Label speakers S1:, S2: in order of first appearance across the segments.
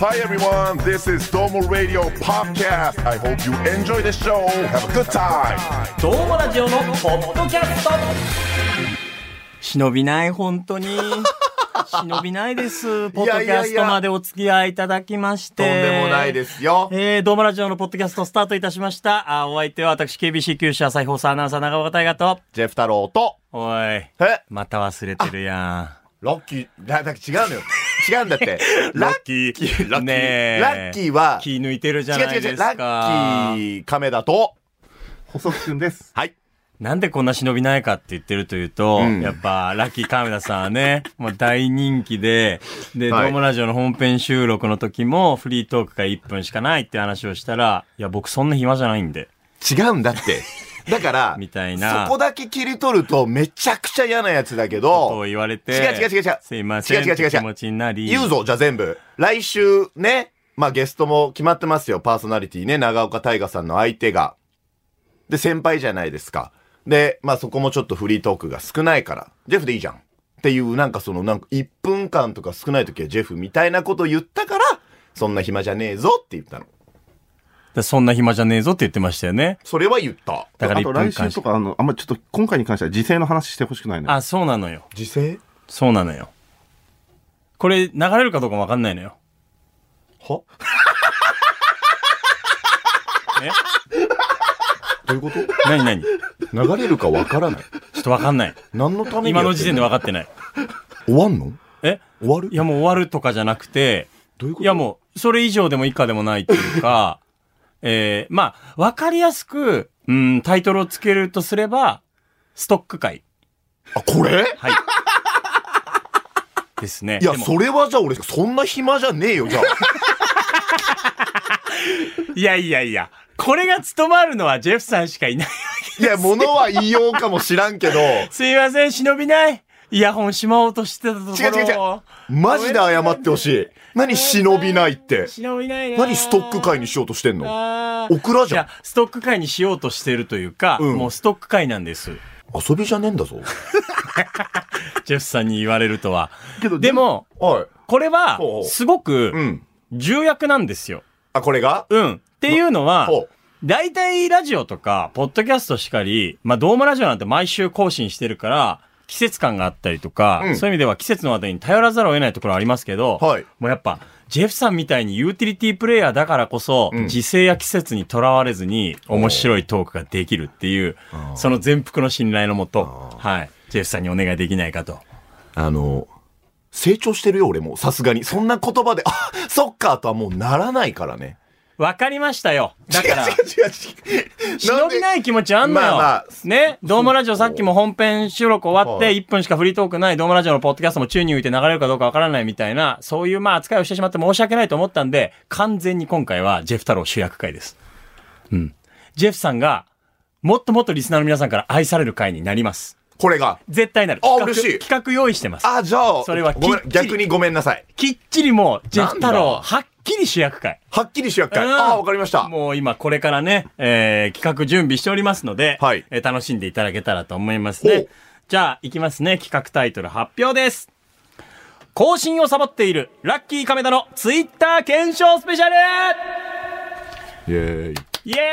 S1: Hi everyone, this is Domo Radio Podcast. I hope you enjoy the show. Have a good time.
S2: どうもラジオのポッドキャスト
S3: 忍びない、本当に。 忍びないです。ポッドキャストまでお付き合いいただきまして。。
S4: とんでもないですすよ。
S3: えー、どうもラジオのポッドキャストスタートいたしました。あーお相手は私、KBC 九州朝日放送アナウンサー長岡大和と。
S4: ジェフ太郎と、
S3: おい、
S4: え
S3: また忘れてるや
S4: ラッキー、だだ違うのよ。 違うんだって。
S3: ん。
S4: ラッキ
S3: キ
S4: ー、ラッキ
S3: ね
S4: ー。
S3: え
S4: ラッキーは、違
S3: 気抜いてるじゃ
S4: う
S3: な
S4: 違う
S3: い
S4: 違
S3: で
S4: う、
S3: す
S4: ラッ
S3: か。
S4: キー亀だと、
S1: 細木くんです。
S4: はい。
S3: なんでこんな忍びないかって言ってるというと、やっぱ、ラッキーカメラさんはね、 もう大人気で、で、
S4: はい
S3: ドームラジオの本編収録の時も、フリートークが1分しかないって話をしたら、いや、僕そんな暇じゃないんで、
S4: 違うんだ って。だから、
S3: みたいな
S4: そこだけ切り取ると、めちゃくちゃ嫌なやつだけ
S3: と
S4: ど、
S3: 言われて、
S4: 違う違う違う違う
S3: すいません、
S4: 違う違う違う違う
S3: って気持ちになり、
S4: 言うぞ、じゃあ全部。来週ね、まあゲストも決まってますよ、パーソナリティね、長岡大河さんの相手が。で、先輩じゃないですか。で、まあそこもちょっとフリートークが少ないから、ジェフでいいじゃん。っていう、なんかその、なんか1分間とか少ない時はジェフみたいなこと言ったから、そんな暇じゃねえぞって言ったの。
S3: でそんな暇じゃねえぞって言ってましたよね。
S4: それは言った。
S3: だから
S5: あ
S3: 1
S5: と
S3: 分
S5: 来
S3: 間
S5: 週
S3: し
S5: と
S3: か。
S5: か、あの、あんまちょっと今回に関しては時勢の話してほしくないのよ。
S3: あ、そうなのよ。
S4: 時勢
S3: そうなのよ。これ、流れるかどうかわかんないのよ。
S4: は
S3: え
S4: どういうこと
S3: 何何ちょ
S4: 流れるかわからない。
S3: っとわかんない。
S4: 何のために
S3: 今の時点で
S4: は
S3: わかってない。
S4: 終わんの
S3: え
S4: 終わる
S3: いやもう終わるとかじゃなくて、
S4: どういうこと
S3: いやもう、それ以上でも以下でもないっていうか、 えー、まあ、わかりやすく、うん、タイトルをつけるとすれば、ストック会。
S4: あ、これ
S3: はい。 ですね。
S4: いや、
S3: でも
S4: それはじゃあ俺、そんな暇じゃねえよ、じゃあ。
S3: いやいやいや、これが務まるのはジェフさんしかい ない。
S4: いや、物は言いようかもしらんけど、
S3: すいません、忍びない。イヤホンしまおうとしてたところ。
S4: 違う違う違うマジで謝ってほしい。何忍びないって。
S3: 忍びないな。
S4: 何ストック会にしようとしてんの
S3: あー
S4: オクラ
S3: い
S4: じゃん
S3: や。、ストック会にしようとしてるというか、
S4: うん
S3: もうストック会なんです。
S4: 遊びじゃねえんだぞ。
S3: ジェフさんに言われるとは。
S5: けど
S3: で、も、
S4: はい。
S3: これは
S4: ほうほう、
S3: すご
S4: う
S3: く、
S4: ん。
S3: 重役なんですよ。
S4: あ、これが
S3: うん。っていうのは
S4: ほう、
S3: 大体ラジオとか、ポッドキャストしかり、まあ、ドームラジオなんて毎週更新してるから、季節感があったりとか、
S4: うん
S3: そういう意味では季節の話題に頼らざるを得ないところありますけど、
S4: はい
S3: もうやっぱ、ジェフさんみたいにユーティリティプレイヤーだからこそ、
S4: ん
S3: 時勢や季節にとらわれずに面白いトークができるっていう、その全幅の信頼のもと、はい、ジェフさんにお願いできないかと。
S4: あの、成長してるよ、俺も。さすがに。そんな言葉で、あ、そっか、とはもうならないからね。
S3: わかりましたよ。だから、
S4: 違う違う違う。
S3: 忍び
S4: い
S3: ない気持ちあんのよ。
S4: まあまあ
S3: ね、ドームラジオさっきも本編収録終わって、
S4: はい
S3: 1分しかフリートークない、ドームラジオのポッドキャストも宙に浮いて流れるかどうかわからないみたいな、そういうまあ扱いをしてしまって申し訳ないと思ったんで、完全に今回はジェフ太郎主役会です。うん。ジェフさんが、もっともっとリスナーの皆さんから愛される会になります。
S4: これが。
S3: 絶対なる。
S4: あ
S3: 企画
S4: 嬉しい
S3: 企画用意してます。
S4: あ、じゃあ、
S3: それはきっち
S4: ご
S3: り
S4: めん逆にごめんなさい。
S3: きっちりもう、ジェフ太
S4: なん
S3: 郎、
S4: だ
S3: はっきり主役会。
S4: はっきり主役会。
S3: うん
S4: あ、わかりました。
S3: もう今これからね、えー企画準備しておりますので、
S4: はい
S3: えー楽しんでいただけたらと思います
S4: ほ
S3: ね
S4: う。
S3: じゃあ、いきますね。企画タイトル発表です。更新をサボっている、ラッキー亀田のツイッター検証スペシャル
S4: イェーイ。
S3: イエ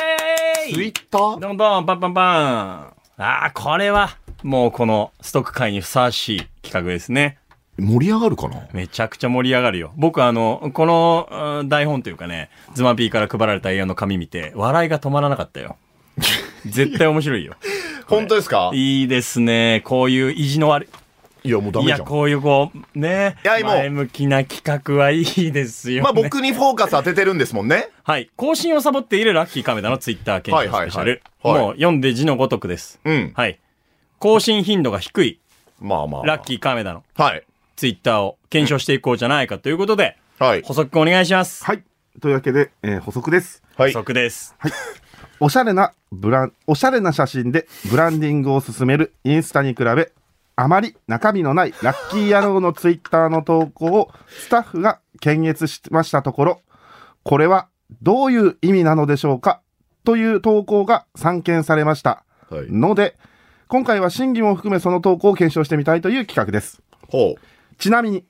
S3: ーイ
S4: ツイッター
S3: どんどん、パンパンパンああ、これは、もうこのストック会にふさわしい企画ですね。
S4: 盛り上がるかな
S3: めちゃくちゃ盛り上がるよ。僕あの、このうん台本というかね、ズマピーから配られた A4 の紙見て、笑いが止まらなかった よ。絶対面白いよ。
S4: 本当ですか
S3: いいですね。こういう意地の悪
S4: いや、もうダ
S3: い。い
S4: メじゃ
S3: や、
S4: ん。
S3: こういうこう、ね。
S4: いやもう
S3: 前向きな企画はいいですよ、ね。
S4: まあ僕にフォーカス当ててるんですもんね。
S3: はい。更新をサボっているラッキーカメラのツイッター検証スペシャル。
S4: はいはいはいはい
S3: もう読んで字のごとくです。
S4: うん
S3: はい。更新頻度が低い
S4: まあまあ。
S3: ラッキーカメラの
S4: ー。はい。
S3: ツイッターを検証していこうじゃないかということで、
S4: はい。
S3: 補足お願いします。
S5: はい。というわけで、えー補足です。
S4: はい
S3: 補。足です。
S5: おしゃれなブラン、おしゃれな写真でブランディングを進めるインスタに比べ、あまり中身のないラッキー野郎のツイッターの投稿をスタッフが検閲しましたところ、これはどういう意味なのでしょうかという投稿が散見されました。
S4: はい
S5: ので、今回は審議も含めその投稿を検証してみたいという企画です。
S4: ほう。
S5: ちなみに、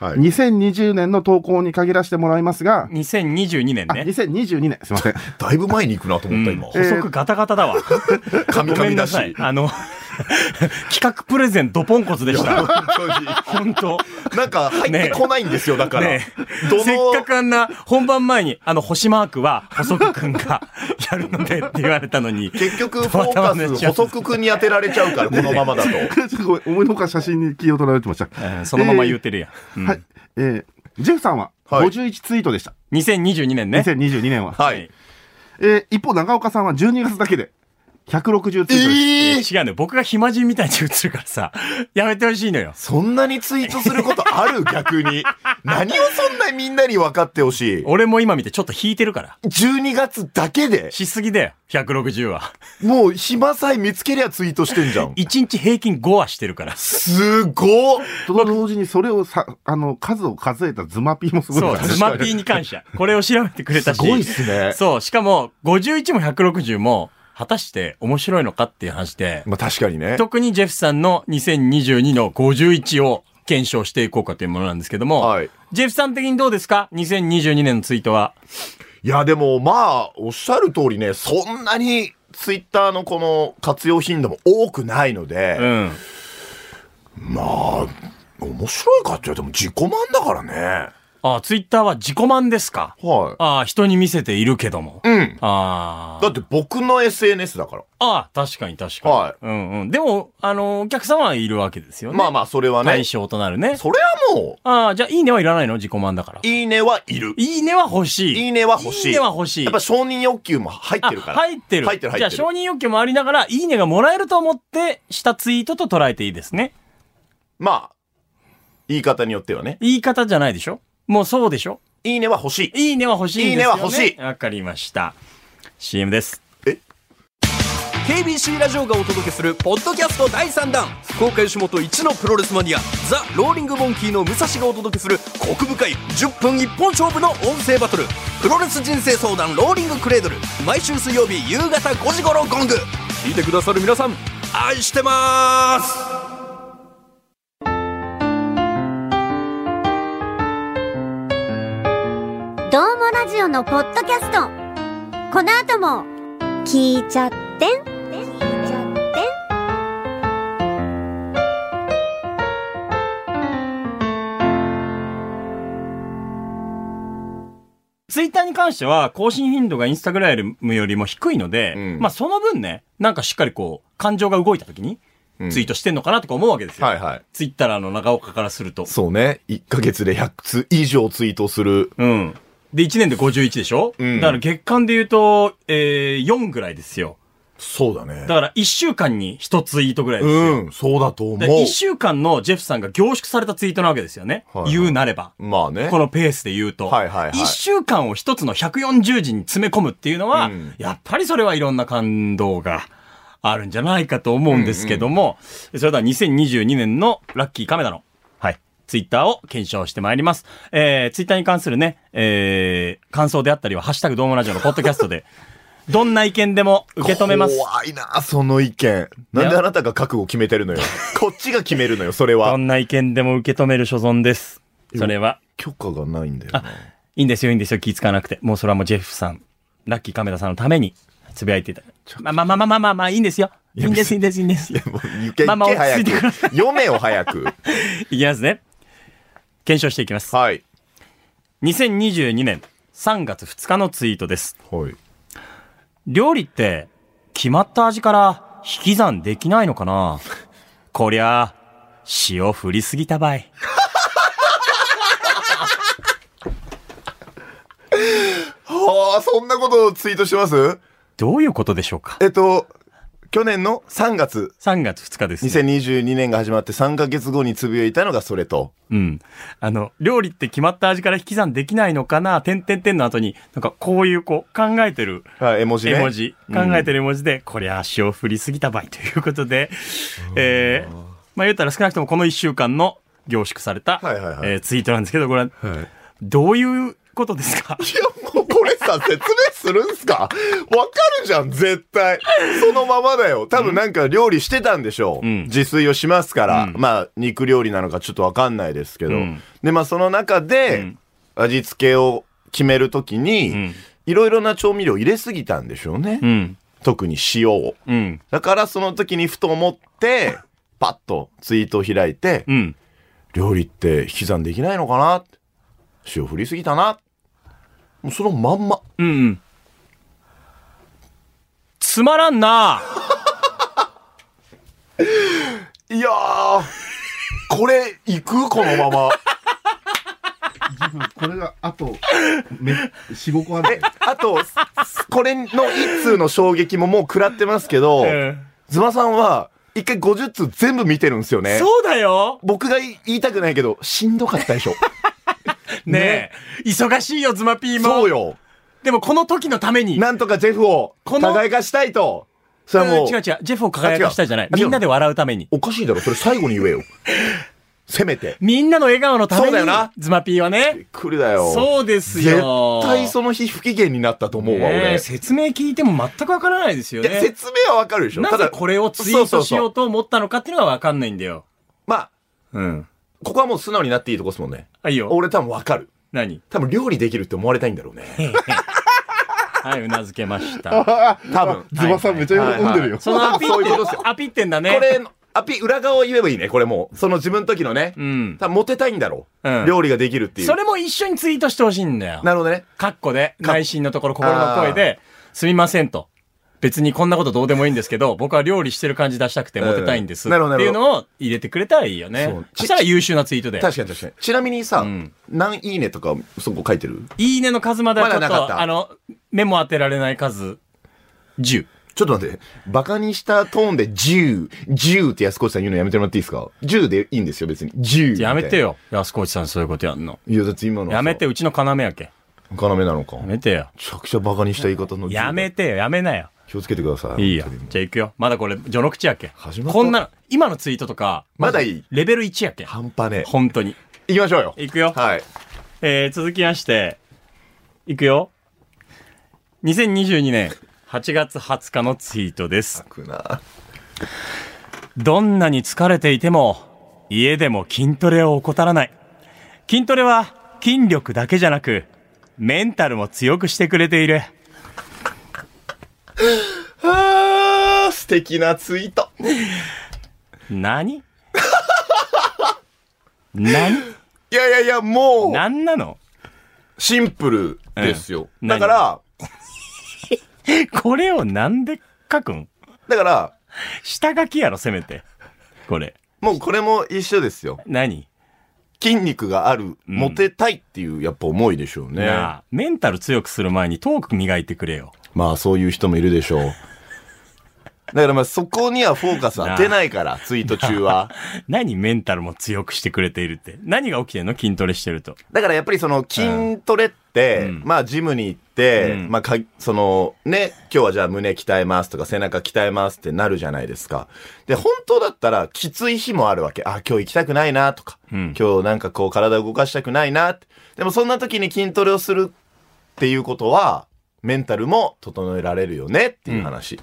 S4: はい
S5: 2020年の投稿に限らせてもらいますが、
S3: 2022年
S5: あ、
S3: ね。
S5: 2022年、すいません。
S4: だいぶ前に行くなと思った、今。
S3: 補足ガタガタだわ。
S4: 神
S3: ごめ
S4: 々
S3: んな
S4: だし。
S3: さい。あの、 企画プレゼンドポンコツでした。
S4: 本当
S3: 本
S4: に。
S3: 当。
S4: なんか入ってこないんですよ、だから。
S3: ね
S4: どの
S3: せっかくあんな本番前に、あの、星マークは細くくんがやるのでって言われたのに。
S4: 結局、フォーカス、補足くんに当てられちゃうから、このままだと。
S5: ちょっとごめん思いのほか写真に気を取られてました。
S3: うんそのまま言うてるやん。
S5: えーはい。えージェフさんは
S4: はい
S5: 51ツイートでした。
S3: 2022年ね。
S5: 2022年は。
S4: はい。
S5: えー一方、長岡さんは12月だけで160ツイートです。
S3: え違うのよ僕が暇人みたいに映るからさ、やめてほしいのよ。
S4: そんなにツイートすることある逆 に。何をそんなみんなに分かってほしい。
S3: 俺も今見てちょっと引いてるから。
S4: 12月だけで、
S3: しすぎだよ、160は。
S4: もう暇さえ見つけりゃツイートしてんじゃん。
S3: 1日平均5はしてるから。
S4: すごっ
S5: と同時にそれをさ、あの、数を数えたズマピーもすごい
S3: そ
S5: か
S3: う、
S5: ら
S3: ズマピーに感謝。これを調べてくれたし。
S4: すごいっすね
S3: そう、しかも、51も160も、果たして面白いのかっていう話で、
S4: まあ確かにね。
S3: 特にジェフさんの2022の51を検証していこうかというものなんですけども、
S4: はい。
S3: ジェフさん的にどうですか ?2022 年のツイートは。
S4: いや、でも、まあ、おっしゃる通りね、そんなにツイッターのこの活用頻度も多くないの
S3: う
S4: で、
S3: ん。
S4: まあ、面白いかって言われても自己満だからね。
S3: あ、ツイッターは自己満ですか
S4: は
S3: あ人に見せているけども。
S4: い。うん。
S3: あ
S4: だって僕の SNS だから。
S3: ああ、確かに確かに。
S4: はい
S3: うんうん。でも、あの、お客様はいるわけですよね。
S4: まあまあ、それはね
S3: 対。象となるね。
S4: それはも
S3: ああ、じゃあ、いいねはいらないの自己満だから
S4: う、。いいねはいる。
S3: いいねは欲しい。
S4: いいねは欲しい。
S3: いいねは欲しい。
S4: やっぱ承認欲求も入ってるから。
S3: あ入ってる。
S4: 入ってる、入
S3: じゃ
S4: っ
S3: あ、
S4: て
S3: 承
S4: る。
S3: 認欲求もありながら、いいねがもらえると思って、したツイートと捉えていいですね。
S4: まあ、言い方によってはね。
S3: 言い方じゃないでしょもうそうでしょ
S4: いいねは欲しい。
S3: いいねは欲しいんですよ、ね。
S4: いいねは欲しい
S3: わかりました。CM です。
S6: KBC ラジオがお届けするポッドキャスト第3弾福岡吉本一のプロレスマニアザ・ローリング・モンキーの武蔵がお届けするコク深い10分一本勝負の音声バトルプロレス人生相談ローリング・クレードル毎週水曜日夕方5時頃ゴング聞いてくださる皆さん愛してます
S7: どうもラジオのポッドキャストこの後も聞いちゃってん聞いちゃってん
S3: ツイッターに関しては、更新頻度がインスタグラムよりも低いので、
S4: うん
S3: まあその分ね、なんかしっかりこう、感情が動いた時に、ツイートしてんのかなとか思うわけですよ。
S4: はいはい。
S3: ツイッターの長岡からすると。
S4: そうね。1ヶ月で100通以上ツイートする。
S3: うん。で、1年で51でしょ、
S4: ん
S3: だから月間で言うと、えー、4ぐらいですよ。
S4: そうだね
S3: だ。から1週間に1ツイートぐらいですよ。
S4: うん、そうだと思う
S3: だから。1週間のジェフさんが凝縮されたツイートなわけですよね。
S4: はいはい
S3: 言うなれば。
S4: まあね。
S3: このペースで言うと。
S4: はいはいはい
S3: 1週間を1つの140字に詰め込むっていうのは、
S4: うん
S3: やっぱりそれはいろんな感動があるんじゃないかと思うんですけども、それでは2022年のラッキーカメラの、はい、ツイッターを検証してまいります。えー、ツイッターに関するね、えー、感想であったりは、ハッシュタグドームラジオのポッドキャスト で、どんな意見でも受け止めます。
S4: 怖いな、その意見。なんであなたが覚悟決めてるのよ。こっちが決めるのよ、それ
S3: ど
S4: は。
S3: んな意見でも受け止める所存です。それは。
S4: 許可がないんだよな。
S3: いいんですよ、いいんですよ、気ぃ使わなくて。もうそれはもうジェフさん、ラッキーカメラさんのために、つぶやいていた。まあまあまあまあまあまあ、まあ、いいんですよ。いいんです、いいんです、いいんです。い
S4: もう行け
S3: まあま
S4: 行
S3: あ
S4: け早
S3: 落ち着いてく
S4: く。読めよ、早く。
S3: きますね。検証していきます。
S4: はい。
S3: 2022年3月2日のツイートです。
S4: はい。
S3: 料理って、決まった味から引き算できないのかなこりゃ、塩振りすぎたばい。
S4: はあ、そんなことをツイートしてます
S3: どういうことでしょうか
S4: えっと、去年の3月、
S3: ?3 月2日です、ね。
S4: 2022年が始まって3ヶ月後につぶやいたのがそれと。
S3: うん。あの、料理って決まった味から引き算できないのかな点点点の後に、なんかこういうこう、考えてる
S4: はい、絵文字ね。
S3: 絵文字、考えてる絵文字で、こりゃ足を振りすぎたばいということで、えー、まあ言ったら少なくともこの1週間の凝縮された、
S4: はいはいはい
S3: えーツイートなんですけど、これは、
S4: はい。
S3: どういうことですか
S4: いや、もうここれさ、説明するんすかわかるじゃん、絶対。そのままだよ。多分なんか料理してたんでしょう。
S3: ん
S4: 自炊をしますから。まあ、肉料理なのかちょっとわかんないですけど。
S3: うん
S4: で、まあ、その中で、味付けを決めるときに、
S3: ん
S4: いろいろな調味料入れすぎたんでしょうね。
S3: うん。
S4: 特に塩を。
S3: うん。
S4: だからその時にふと思って、パッとツイートを開いて、
S3: うん。
S4: 料理って引き算できないのかなって塩振りすぎたな。もうそのまんま。
S3: うんうん。つまらんない
S4: やー、これ、いくこのまま。
S5: これがあと、め、4、5個ある
S4: え。、 あと、すすこれの一通の衝撃ももう食らってますけど、ズマさんは、一回50通全部見てるんですよね。
S3: そうだよ
S4: 僕が言い言いたくないけど、しんどかったで しょ。
S3: ねえ。忙しいよ、ズマピーも。
S4: そうよ。
S3: でもこの時のために。
S4: なんとかジェフを
S3: この
S4: 輝かしたいと。それはもう、
S3: 違う違う。ジェフを輝かしたいじゃない。
S4: あ違う
S3: みんなで笑うために。
S4: おかしいだろ。それ最後に言えよ。せめて。
S3: みんなの笑顔のた
S4: そうだ
S3: め
S4: よ
S3: に
S4: な、
S3: ズマピーはね。
S4: 来るだよ。
S3: そうですよ。
S4: 絶対その日不機嫌になったと思うわ、
S3: ねえ
S4: 俺。
S3: 説明聞いても全くわからないですよ
S4: いや、
S3: ね。
S4: 説明はわかるでしょ。
S3: な
S4: た
S3: ぜ
S4: だ、
S3: これをツイートしよ
S4: そうそうそう
S3: うと思ったのかっていうのがわかんないんだよ。
S4: まあ、
S3: うん。
S4: ここはもう素直になっていいとこですもんね。
S3: あ、いいよ。
S4: 俺多分わかる。
S3: 何
S4: 多分料理できるって思われたいんだろう ね。
S3: はい、うなずけま した。
S4: 多分。
S5: ズバさんめちゃ喜んでるよ。
S3: そのアピっ
S4: そういう
S3: て
S4: ことですよ
S3: アピってんだね。
S4: これ、アピ、裏側を言えばいいね、これもう。その自分の時のね。
S3: うん。
S4: 多分モテたいんだろう、
S3: うん
S4: 料理ができるっていう。
S3: それも一緒にツイートしてほしいんだよ。
S4: なるほどね。
S3: カッコで、
S4: か
S3: 内心のところ、心の声で、すみませんと。別にこんなことどうでもいいんですけど、僕は料理してる感じ出したくてモテたいんです。
S4: うんなるほど
S3: っていうのを入れてくれたらいいよね
S4: そう。
S3: そしたら優秀なツイートで。
S4: 確かに確かに。ちなみにさ、
S3: ん
S4: 何いいねとか、そこ書いてる
S3: いいねの数まではちょっ
S4: まだなかっ
S3: と、
S4: た
S3: あの、目も当てられない数、10。
S4: ちょっと待って、バカにしたトーンで10、10って安越さん言うのやめてもらっていいですか ?10 でいいんですよ、別に。10。
S3: やめて。よ。安河内さんそういうことやんの。
S4: いや、だって今の。
S3: やめて、。うちの要やけ。
S4: 要なのか。
S3: や
S4: め
S3: めてよ。
S4: ちゃくちゃバカにした言い方の10
S3: やめ。てよ、やめなよ。
S4: 気をつけてください。
S3: いいよ
S4: 本当に。
S3: じゃあ行くよ。まだこれ、序の口やけ。
S4: 始まった
S3: こんなの、今のツイートとか、
S4: まだいい
S3: レベル1やけ。
S4: 半端ねえ。
S3: 本当に。
S4: 行きましょうよ。
S3: 行くよ。
S4: はい。
S3: えー続きまして、いくよ。2022年8月20日のツイートです。
S4: くな。
S3: どんなに疲れていても、家でも筋トレを怠らない。筋トレは筋力だけじゃなく、メンタルも強くしてくれている。
S4: あー、素敵なツイート。
S3: 何何
S4: いやいやいや、もう、
S3: 何なの
S4: シンプルですよ。
S3: うん
S4: だから、
S3: これをなんで書くん
S4: だから、
S3: 下書きやろ、せめて。これ。
S4: もうこれも一緒ですよ。
S3: 何
S4: 筋肉がある、モテたいっていう、やっぱ思いでしょうね。
S3: なあ、メンタル強くする前にトーク磨いてくれよ。
S4: まあそういう人もいるでしょう。だからまあそこにはフォーカス当てな いから、ツイート中は。
S3: 何メンタルも強くしてくれているって。何が起きてんの筋トレしてると。
S4: だからやっぱりその筋トレって、まあジムに行って、
S3: うん
S4: まあか、そのね、今日はじゃあ胸鍛えますとか背中鍛えますってなるじゃないですか。で、本当だったらきつい日もあるわけ。あ、今日行きたくないなとか、
S3: うん
S4: 今日なんかこう体動かしたくないなって。でもそんな時に筋トレをするっていうことは、メンタルも整えられるよねっていう話。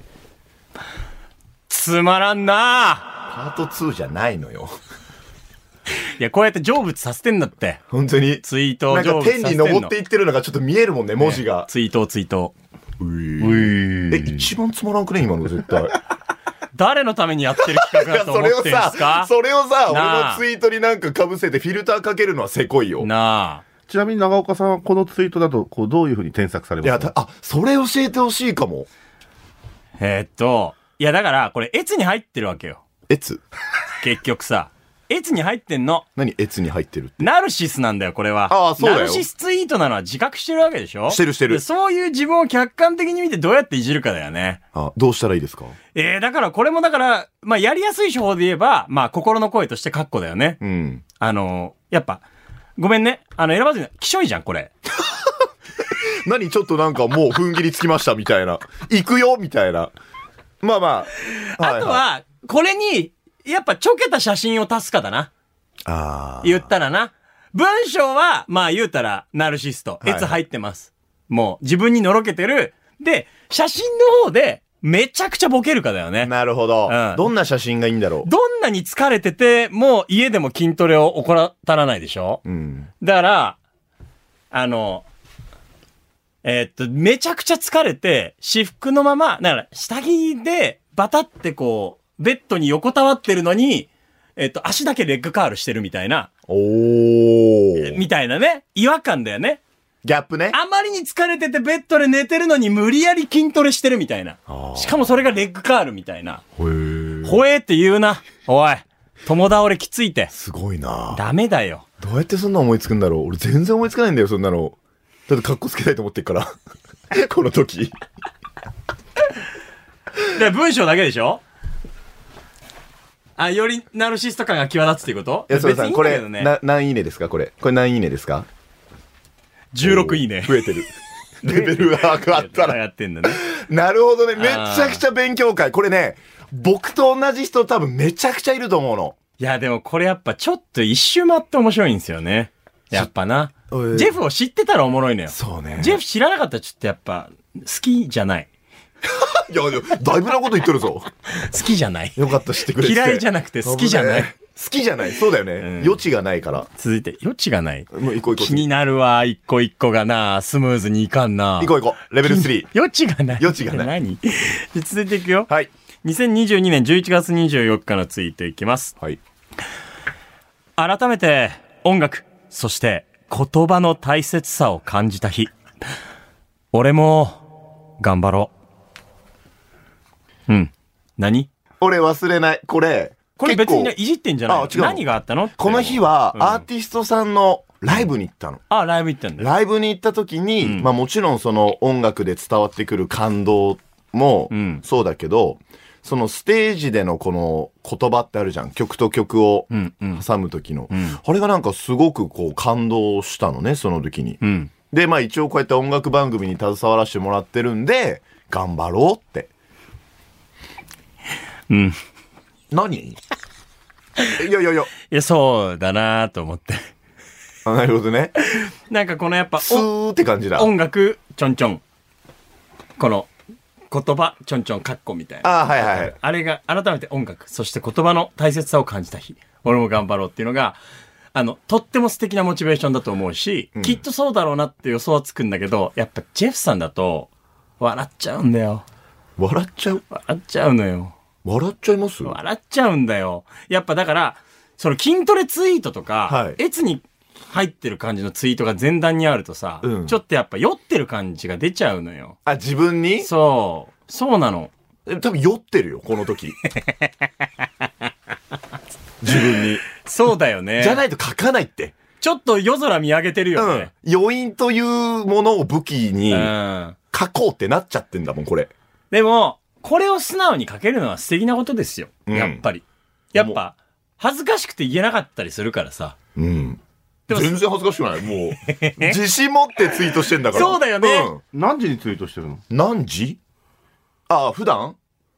S3: つまらんなあ
S4: パート2じゃないのよ。
S3: いや、こうやって成仏させてんだって。
S4: 本当に。
S3: ツイートを
S4: なん
S3: 成
S4: か
S3: 仏
S4: 天
S3: させ
S4: に
S3: てんの。
S4: 登っていってるのがちょっと見えるもんね、文字が。
S3: ツイートをツイートを。
S4: え、一番つまらんくね、今の絶対。
S3: 誰のためにやってる企画だと
S4: そ
S3: 思
S4: れを
S3: ってんす
S4: さ
S3: か、
S4: それをさ、
S3: な
S4: 俺の
S3: あ
S4: ツイートになんか被せてフィルターかけるのはせこいよ。い
S3: なあ。
S5: ちなみに長岡さんはこのツイートだと、こう、どういうふうに添削されま
S4: や、
S5: す
S4: たあ、
S5: か
S4: それ教えてほしいかも。
S3: えーっと、いやだから、これ、エツに入ってるわけよ。
S4: えつ
S3: 結局さ。エツに入ってんの。
S4: 何えつに入ってるって。
S3: ナルシスなんだよ、これは。
S4: ああそうだよ
S3: ナルシスツイートなのは自覚してるわけでしょ
S4: してるしてる
S3: でそういう自分を客観的に見てどうやっていじるかだよね。
S4: あ、どうしたらいいですか
S3: ええだからこれもだから、まあ、やりやすい手法で言えば、まあ、心の声としてカッコだよね。
S4: うん。
S3: あのーやっぱ、ごめんね。あの、選ばずに、きしょいじゃん、これ。
S4: 何ちょっとなんかもう踏ん切りつきましたみたいな。行くよみたいな。まあまあ。
S3: あとは、これに、やっぱ、ちょけた写真を足すかだな。
S4: いい、あー
S3: 言ったらな。文章は、まあ、言うたら、ナルシスト。
S4: い
S3: エツ入ってます。もう、自分にのろけてる。で、写真の方で、めちゃくちゃボケるかだよね。
S4: なるほど、
S3: うん
S4: どんな写真がいいんだろ
S3: どんなに疲れてて、もう家でも筋トレを怠らないでしょ
S4: う。うん。
S3: だから、あの、えーっと、めちゃくちゃ疲れて、私服のまま、だから、下着で、バタってこう、ベッドに横たわってるのに、えーっと、足だけレッグカールしてるみたいな、
S4: おー。
S3: みたいなね、違和感だよね。
S4: ギャップね。
S3: あまりに疲れててベッドで寝てるのに無理やり筋トレしてるみたいな。しかもそれがレッグカールみたいな。
S4: へー。
S3: ほえーって言うな。おい、友倒れきついて。
S4: すごいな
S3: ダメだよ。
S4: どうやってそんな思いつくんだろう俺全然思いつかないんだよ、そんなの。だって格好つけたいと思ってっ から。この時。
S3: で、文章だけでしょあ、よりナルシスト感が際立つっていうこと
S4: 安田さん、こ
S3: 別にいい
S4: れ、
S3: んだけどね。
S4: な何いいねですかこれ。これ何いいねですか
S3: 16いいね。
S4: 増え てる。レベルが上がったら。
S3: やってんだね。
S4: なるほどね。めち
S3: あー
S4: ゃくちゃ勉強会。これね、僕と同じ人多分めちゃくちゃいると思うの。
S3: いや、でもこれやっぱちょっと一周回って面白いんですよね。やっぱな。ジ
S4: ょえー
S3: ェフを知ってたらおもろいのよ。
S4: そうね
S3: ジェフ知らなかったらちょっとやっぱ、好きじゃない。
S4: いやいや、だいぶなこと言ってるぞ。
S3: 好きじゃない。
S4: よかった、知ってくれて。
S3: 嫌いじゃなくて好きじゃない
S4: 危ねえ。好きじゃない。そうだよね。
S3: ん
S4: 余地がないから。
S3: 続いて、余地がない。
S4: もう行こう行こう。
S3: 気になるわ、一個一個がな、スムーズにいかんな。
S4: 行こう行こう。レベル3。
S3: 余地がない。
S4: 余地がない
S3: 何 続いていくよ。
S4: はい。
S3: 2022年11月24日のツイートいきます。
S4: はい。
S3: 改めて音楽、そして言葉の大切さを感じた日。俺も頑張ろう。うん。何
S4: 俺忘れない。これ、
S3: これ別
S4: 結
S3: に
S4: 構
S3: ねいじってんじゃない
S4: あ違うの
S3: 何があったのって
S4: この日はアーティストさんのライブに行ったの。
S3: あ、ライブ行ったんだよ。
S4: ライブに行った時に、まあもちろんその音楽で伝わってくる感動も
S3: ん
S4: そうだけど、そのステージでのこの言葉ってあるじゃん。曲と曲を
S3: んうん
S4: 挟む時の。あれがなんかすごくこう感動したのね、その時に。
S3: うん。
S4: で、まあ一応こうやって音楽番組に携わらせてもらってるんで、頑張ろうって。
S3: うん。い
S4: 何 いやいやいや。
S3: や、そうだなと思って。
S4: あなるほどね。
S3: なんかこのやっぱ
S4: スーって感じだ。
S3: お音楽、ちょんちょん。この言葉、ちょんちょん、かっこみたいな。
S4: あーはいはいはい。
S3: あれが、改めて音楽、そして言葉の大切さを感じた日。俺も頑張ろうっていうのが、あの、とっても素敵なモチベーションだと思うし、きっとそうだろうなって予想はつくんだけど、やっぱジェフさんだと、笑っちゃうんだよ。
S4: 笑っちゃう
S3: 笑っちゃうのよ。
S4: 笑っちゃいます
S3: 笑っちゃうんだよ。やっぱだから、その筋トレツイートとか、
S4: はい
S3: エツに入ってる感じのツイートが前段にあるとさ、
S4: うん
S3: ちょっとやっぱ酔ってる感じが出ちゃうのよ。
S4: あ、自分に
S3: そう。そうなの。
S4: 多分酔ってるよ、この 時。自分に。
S3: そうだよね。
S4: じゃないと書かないって。
S3: ちょっと夜空見上げてる
S4: う
S3: よね
S4: ん。。余韻というものを武器に
S3: うん
S4: 書こうってなっちゃってんだもん、これ。
S3: でも、これを素直に書けるのは素敵なことですよ。
S4: うん
S3: やっぱり。やっぱ、恥ずかしくて言えなかったりするからさ。
S4: うん。
S3: でも
S4: 全然恥ずかしくない。もう。自信持ってツイートしてんだから。
S3: そうだよね
S5: 何時にツイートしてるの
S4: うん何時あ、普段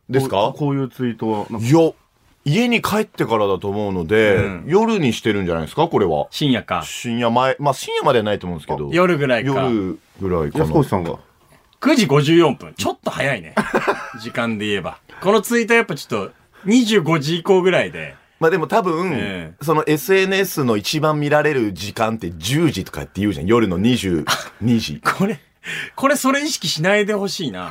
S4: ですか
S5: こうこういうツイートは。なんか
S4: いや、家に帰ってからだと思うので、
S3: うん
S4: 夜にしてるんじゃないですか、これは。
S3: 深夜か。
S4: 深夜前、まあ深夜まではないと思うんですけど。
S3: 夜ぐらいか。
S4: 夜ぐらいかな
S5: 安。越さんが。
S3: 9時54分。ちょっと早いね。時間で言えば。このツイートやっぱちょっと、25時以降ぐらいで。
S4: まあでも多分、
S3: え
S4: その SNS の一番見られる時間って10時とかって言うじゃん。夜の22 時。
S3: これ、これそれ意識しないでほしいな。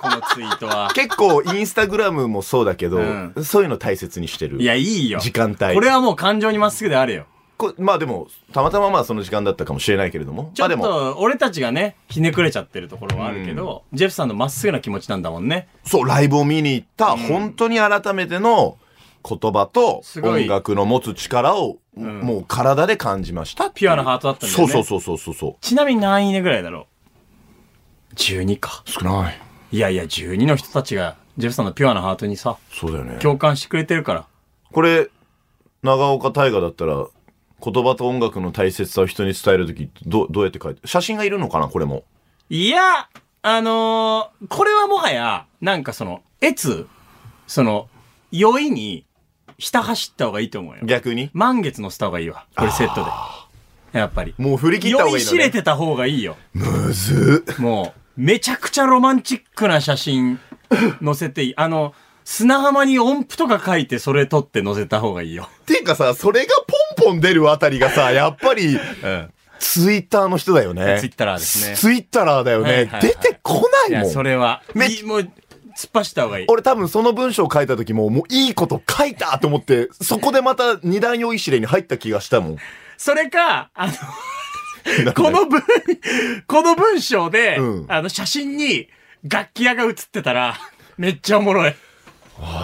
S3: このツイートは。
S4: 結構インスタグラムもそうだけど、
S3: うん
S4: そういうの大切にしてる。
S3: いや、いいよ。
S4: 時間帯
S3: これはもう感情にまっすぐであれよ。
S4: こまあでも、たまたままあその時間だったかもしれないけれども。
S3: ちょっ
S4: まあでも、
S3: と、俺たちがね、ひねくれちゃってるところはあるけど、ジェフさんのまっすぐな気持ちなんだもんね。
S4: そう、ライブを見に行った、本当に改めての言葉と
S3: すごい
S4: 音楽の持つ力を、もう体で感じましたってい
S3: ピ
S4: う。
S3: ュアなハートだったんだよ
S4: そう
S3: ね。
S4: そうそうそうそうそう。
S3: ちなみに何位ねぐらいだろう ?12 か。
S4: 少ない。
S3: いやいや、12の人たちが、ジェフさんのピュアなハートにさ、
S4: そうだよね。
S3: 共感してくれてるから。
S4: これ長岡大河だったら言葉と音楽の大切さを人に伝える時どどうやって書いて写真がいるのかなこれも
S3: いや、あのーこれはもはや、なんかその、えつ、その、酔いに、ひた走った方がいいと思うよ。
S4: 逆に
S3: 満月のスターがいいわ。これセットで。やっぱり。
S4: もう振り切った方
S3: 酔
S4: が
S3: い
S4: いいの
S3: し
S4: ね
S3: れてた方がいいよ。
S4: むずっ
S3: もう、めちゃくちゃロマンチックな写真載せていい。あの、砂浜に音符とか書いてそれ撮って載せた方がいいよ。
S4: ていうかさ、それがポンポン出るあたりがさ、やっぱり、
S3: うん。
S4: ツイッターの人だよね。
S3: ツイッターですね
S4: ツイッターだよね。
S3: はいはいはい
S4: 出てこ
S3: い
S4: な
S3: や、
S4: いもん。
S3: それは。
S4: め
S3: いいもう、突っ走った方がいい。
S4: 俺多分その文章を書いた時も、もういいこと書いたと思って、そこでまた二段用意指令に入った気がしたもん。
S3: それか、あの、この文、 この文章で、
S4: うん
S3: あの、写真に楽器屋が写ってたら、めっちゃおもろい。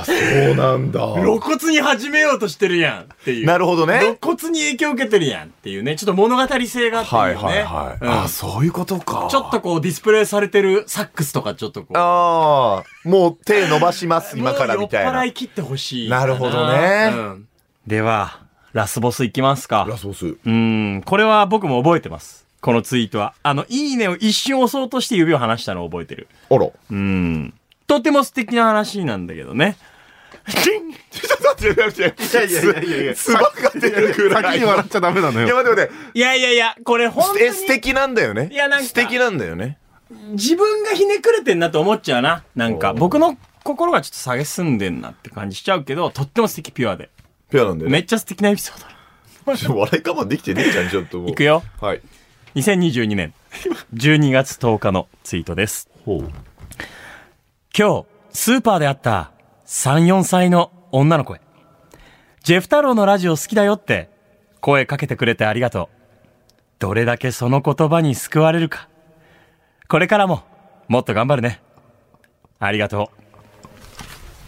S4: そうなんだ。
S3: 露骨に始めようとしてるやんっていう。
S4: なるほどね
S3: 露骨に影響を受けてるやんっていうね。ちょっと物語性があっていいよ
S4: はい
S3: ね。
S4: はいはい。
S3: うん
S4: あ、そういうことか。
S3: ちょっとこうディスプレイされてるサックスとかちょっとこう。
S4: ああ、もう手伸ばします、今からみたい
S3: もう酔っ払
S4: な。
S3: い切ってほしい
S4: なるほどね
S3: んでは、ラスボスいきますか。
S4: ラスボス。
S3: うん、これは僕も覚えてます。このツイートは。あの、いいねを一瞬押そうとして指を離したのを覚えてる。
S4: あら。
S3: うん。とても素敵な話なんだけどね。
S4: ちょっと待って、いやいやいやいやいや、 つばが出るぐらい。
S5: 先に笑っちゃダメなの
S4: いや
S5: よ。
S4: 待って待って
S3: いやいやいや、これ本当に
S4: え素敵なんだよね
S3: いやなんか
S4: 素敵なんだよね
S3: 自分がひねくれてんなと思っちゃうな。なんか、僕の心がちょっと下げすんでんなって感じしちゃうけど、とっても素敵ピュアで。
S4: ピュアなんだよ
S3: め
S4: ね
S3: っちゃ素敵なエピソードだ。
S4: ちょっと笑い我慢できてねえじゃんちょっともう
S3: いくよ。
S4: はい
S3: 2022年12月10日のツイートです。今日、スーパーで会った3、4歳の女の子へ。ジェフ太郎のラジオ好きだよって声かけてくれてありがとう。どれだけその言葉に救われるか。これからももっと頑張るね。ありがとう。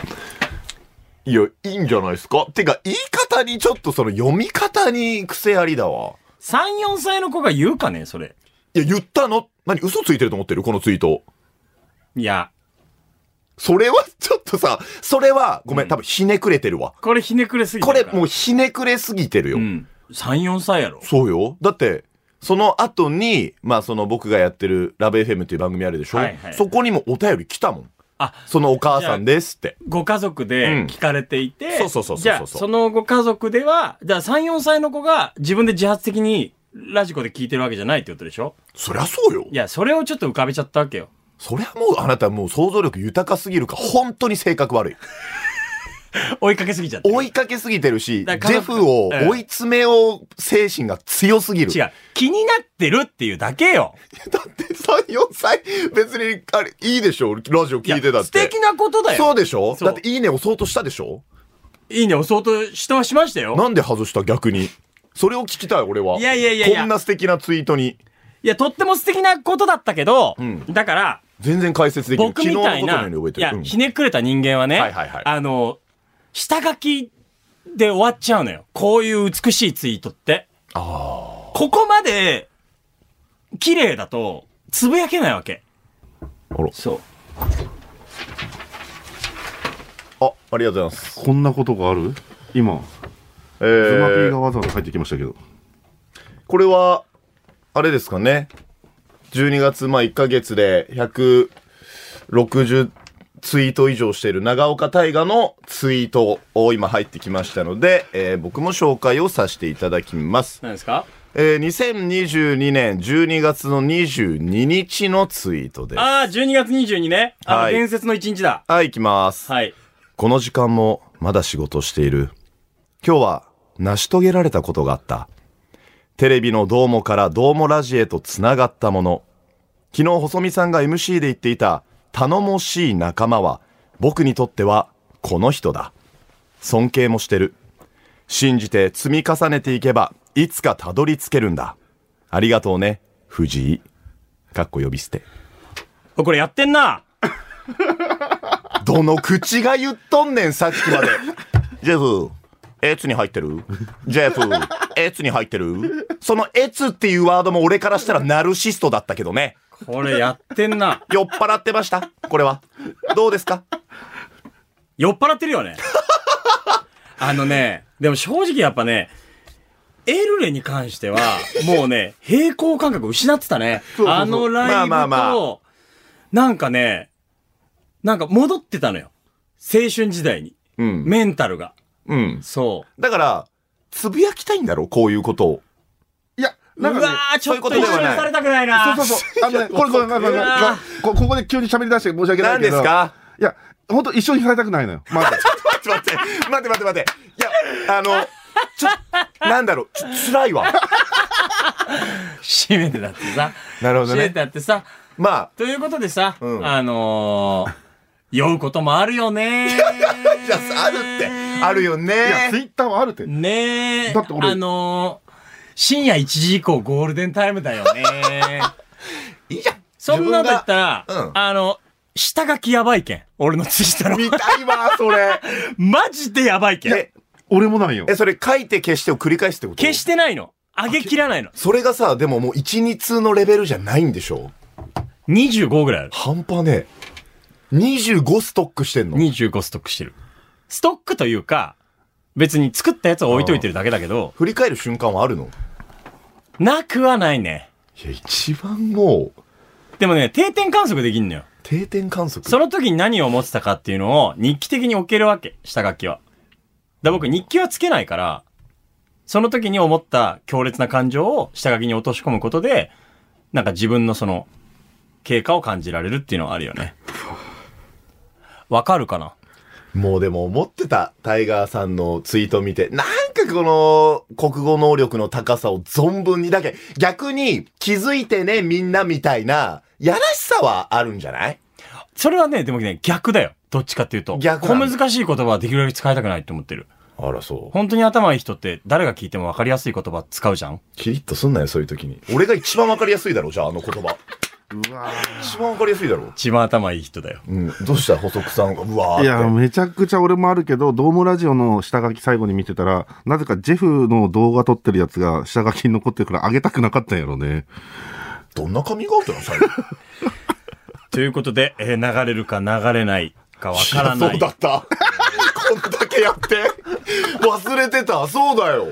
S4: いやいいんじゃないですかてか言い方にちょっとその読み方に癖ありだわ
S3: 3、4歳の子が言うかね、それ。
S4: いや言ったの何嘘ついてると思ってるこのツイート
S3: いや、
S4: それはちょっとさそれはごめん、多分ひねくれてるわ
S3: これひねくれすぎて
S4: こ
S3: る
S4: れ
S3: から
S4: もうひねくれすぎてるよ、
S3: うん。3、4歳やろ。
S4: そうよだってその後にまあその僕がやってるラブ FM っていう番組あるでしょ、
S3: はいはい
S4: そこにもお便り来たもん
S3: あ、
S4: そのお母さんですって
S3: ご家族で聞かれていて、
S4: うんそうそうそうそうそう
S3: じゃあ、そのご家族では、じゃあ3、4歳の子が自分で自発的にラジコで聞いてるわけじゃないってことでしょ
S4: そりゃそうよ
S3: いや、それをちょっと浮かべちゃったわけよ。
S4: そりゃもうあなたもう想像力豊かすぎるか本当に性格悪い
S3: 追いかけすぎちゃって。
S4: 追いかけすぎてるしジ
S3: だから
S4: ェフ
S3: う
S4: を
S3: ん
S4: 追い詰めよう精神が強すぎる
S3: 違う。気になってるっていうだけよ。
S4: だって34歳別にあれいいでしょラジオ聞いてたって
S3: 素敵なことだよ。
S4: そうでしょ
S3: そう
S4: だっていいね押そうとしたでしょ
S3: いいね、押そうとしてはしましたよ。
S4: なんで外した逆にそれを聞きたい俺はい
S3: やいやいやいや
S4: こんな素敵なツイートに
S3: いや、とっても素敵なことだったけど、
S4: ん
S3: だから、
S4: 全然解説できる
S3: 僕みたい
S4: 昨日のことの
S3: な、
S4: ように覚え
S3: い
S4: てる
S3: や、
S4: うん
S3: ひねくれた人間はね、
S4: はいはいはい
S3: あの、下書きで終わっちゃうのよ。こういう美しいツイートって。ここまで、綺麗だと、つぶやけないわけ。
S4: あら
S3: そう。
S4: あありがとうございます
S5: こんなことがある今、
S4: え
S5: ズマピー
S4: ー
S5: がわざわざ入ってきましたけど。
S4: これは、あれですかね。12月、まあ1ヶ月で160ツイート以上している長岡大河のツイートを今入ってきましたので、えー僕も紹介をさせていただきます。
S3: 何ですか
S4: えー2022年12月の22日のツイートです。
S3: ああ、12月22ね。あの、
S4: はい
S3: 伝説の一日だ。
S4: はい、いきます。
S3: はい。
S4: この時間もまだ仕事している。今日は成し遂げられたことがあった。テレビのどうもからどうもラジへとつながったもの。昨日細見さんが MC で言っていた頼もしい仲間は僕にとってはこの人だ。尊敬もしてる。信じて積み重ねていけばいつかたどり着けるんだ。ありがとうね、藤井。かっこ呼び捨て。
S3: おこれやってんな。
S4: どの口が言っとんねん、さっきまで。 ジェフ、エツに入ってるジェフ、エツに入ってるそのエツっていうワードも俺からしたらナルシストだったけどね。
S3: これやってんな。
S4: 酔っ払ってましたこれは。どうですか
S3: 酔っ払ってるよね。 あのね、でも正直やっぱね、エルレに関しては、もうね、平行感覚失ってたね。あのライブと、
S4: まあまあま
S3: なんかね、なんか戻ってたのよ。青春時代に。
S4: うん。
S3: メンタルが。
S4: うん。
S3: そ
S4: だから、つぶやきたいんだろこういうことを。
S5: いや、なんかね
S3: うわー、ちょっと
S4: そういう
S3: 一
S4: こと
S3: 緒
S4: で
S3: に
S4: はない
S3: されたくないな。
S5: そうそうそう。あのね、これこれ、まあまあまあ
S3: うわ
S5: こここで急に喋り出して申し訳ない
S4: 何
S5: け
S4: で
S5: ど。
S4: すか
S5: いや、本当一緒にされたくないのよ。ま
S4: ちょ
S5: ず。
S4: っと待って待って待って待っていやあのちょなんだろうちょ辛いわ
S3: 締めてだってさ。
S4: なるほど
S3: 締
S4: ね
S3: めてだってさ。
S4: まあ
S3: ということでさ、
S4: うん
S3: あのー、酔うこともあるよねー。
S4: いやあるってあるよ
S5: いや、
S4: ね
S5: ツイッターはあるって。
S3: ねえ。
S5: だって俺
S3: あのー、深夜1時以降ゴールデンタイムだよね
S4: いいじゃん
S3: そんなの言ったら、
S4: 自分がうん
S3: あの、下書きやばいけん。俺のツイッターの。
S4: 見たいわそれ
S3: マジでやばいけん。
S4: え
S5: 俺もなんよ。
S4: えそれ書いて消してを繰り返すってこと
S3: 消してないの。上げきらないの。
S4: それがさでももう12通のレベルじゃないんでしょ
S3: 25ぐらいある。
S4: 半端ねえ25ストックしてんの
S3: 25ストックしてる。ストックというか、別に作ったやつを置いといてるだけだけど、
S4: 振り返る瞬間はあるの
S3: なくはないね。
S4: いや一番もう
S3: でもね、定点観測できんのよ。
S4: 定点観測
S3: その時に何を思ってたかっていうのを日記的に置けるわけ、下書きは。だ僕日記はつけないから、その時に思った強烈な感情を下書きに落とし込むことで、なんか自分のその、経過を感じられるっていうのはあるよね。わかるかな
S4: もうでも思ってた、タイガーさんのツイート見て、なんかこの国語能力の高さを存分にだけ、逆に気づいてねみんなみたいな、やらしさはあるんじゃない
S3: それはね、でもね、逆だよ。どっちかっていうと。
S4: 逆
S3: 小
S4: なんだ
S3: 難しい言葉はできるだけ使いたくないって思ってる。
S4: あらそう。
S3: 本当に頭いい人って誰が聞いてもわかりやすい言葉使うじゃん
S4: キリッとすんなよ、そういう時に。俺が一番わかりやすいだろ、じゃああの言葉。
S5: うわ
S4: 一番わかりやすいだろ。
S3: 一番頭いい人だよ。
S4: うん。どうした補足さんが、うわーっ
S5: ー
S4: て。
S5: いや、めちゃくちゃ俺もあるけど、ドームラジオの下書き最後に見てたら、なぜかジェフの動画撮ってるやつが下書きに残ってるから上げたくなかったんやろね。
S4: どんな髪型なの、最後。
S3: ということで、えー流れるか流れないかわ からない。
S4: そうだった。こんだけやって。忘れてた。そうだよ。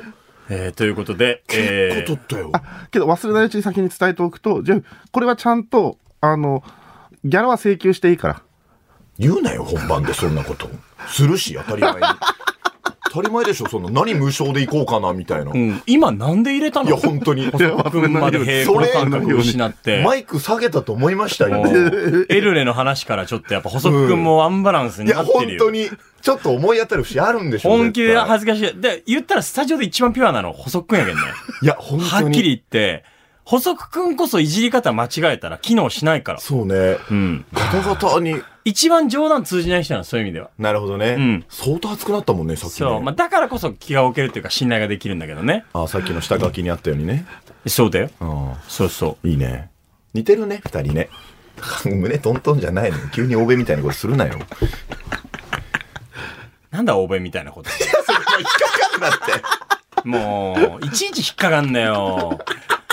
S3: えーということで、え
S4: こ
S3: ー
S4: とったよ。
S5: けど忘れないうちに先に伝えておくと、ジェフ、これはちゃんと、あの、ギャラは請求していいから。
S4: 言うなよ本番でそんなことするし当たり前に当たり前でしょそんな何無償で行こうかなみたいな、
S3: う
S4: い
S3: ん、今なんで入れたの
S4: や本当に
S3: 君まで平行感覚を失って。
S4: マイク下げたと思いましたよ
S3: もうエルレの話からちょっとやっぱ細く君もアンバランス
S4: い
S3: に
S4: や
S3: なって
S4: 本
S3: るよ。
S4: 当にちょっと思い当たる節あるんでしょ
S3: 本気で
S4: 絶対
S3: 恥ずかしい。で、言ったらスタジオで一番ピュアなの細く君やけんね。
S4: いや本当に
S3: はっきり言って、細く君こそいじり方間違えたら機能しないから。
S4: そうね
S3: うん。
S4: ガタガタに
S3: 一番冗談通じない人なの、そういう意味では。
S4: なるほどね、
S3: うん
S4: 相当熱くなったもんねさっきね
S3: そう。まあ、だからこそ気が置けるっていうか信頼ができるんだけどね。
S4: あさっきの下書きにあったようにね、
S3: そうだよ。
S4: うん
S3: そうそう。
S4: いいね。似てるね、二人ね。 胸トントンじゃないの。急に欧米みたいなことするなよ。
S3: なんだ欧米みたいなこと。
S4: 引っかかるなって。
S3: もう、いちいち引っかかんだよ。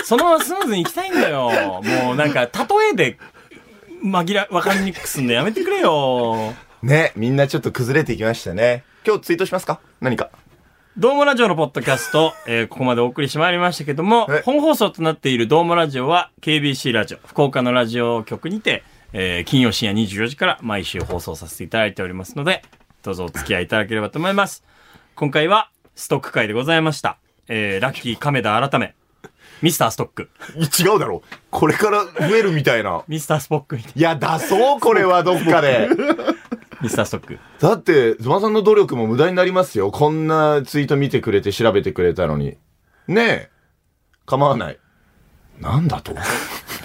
S3: そのままスムーズに行きたいんだよ。もうなんか、例えで、紛ら、わかりにくくすんのやめてくれよ。
S4: ね、みんなちょっと崩れていきましたね。今日ツイートしますか何か。
S3: ドームラジオのポッドキャスト、 えーここまでお送りしてまいりましたけども
S4: はい、
S3: 本放送となっているドームラジオは KBC ラジオ、福岡のラジオ局にて、えー金曜深夜24時から毎週放送させていただいておりますので、どうぞお付き合いいただければと思います。今回は、ストック会でございました。えーラッキー亀田改め、ミスターストック、
S4: 違うだろ。これから増えるみたいな。
S3: ミスタースポックみたいない
S4: や、出そう、これはどっかで。
S3: ミスターストック。
S4: だって、ズマさんの努力も無駄になりますよ。こんなツイート見てくれて調べてくれたのに。ねえ。構わない。なんだと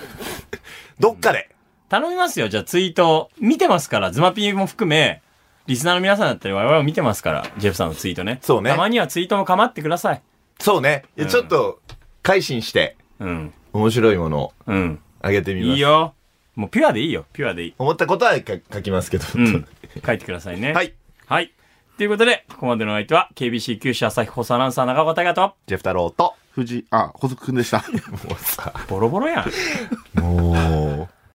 S4: どっかで。
S3: 頼みますよ、じゃあツイート。見てますから、ズマピーも含め、リスナーの皆さんだったり我々も見てますから、ジェフさんのツイートね。
S4: そうね
S3: たまにはツイートも構ってください。
S4: そうね。いやちょっと、改心して、
S3: うん。
S4: 面白いものを
S3: うん。
S4: あげてみます。
S3: いいよ。もうピュアでいいよ、ピュアでいい。
S4: 思ったことはか書きますけど。
S3: うん。書いてくださいね。
S4: はい。
S3: はい。ということで、ここまでのお相手は、KBC 九州朝日放送アナウンサー長岡大和と、
S4: ジェフ太郎と、
S5: 藤井、あ、細くくんでした。
S4: もうさ、
S3: ボロボロやん。
S4: もう、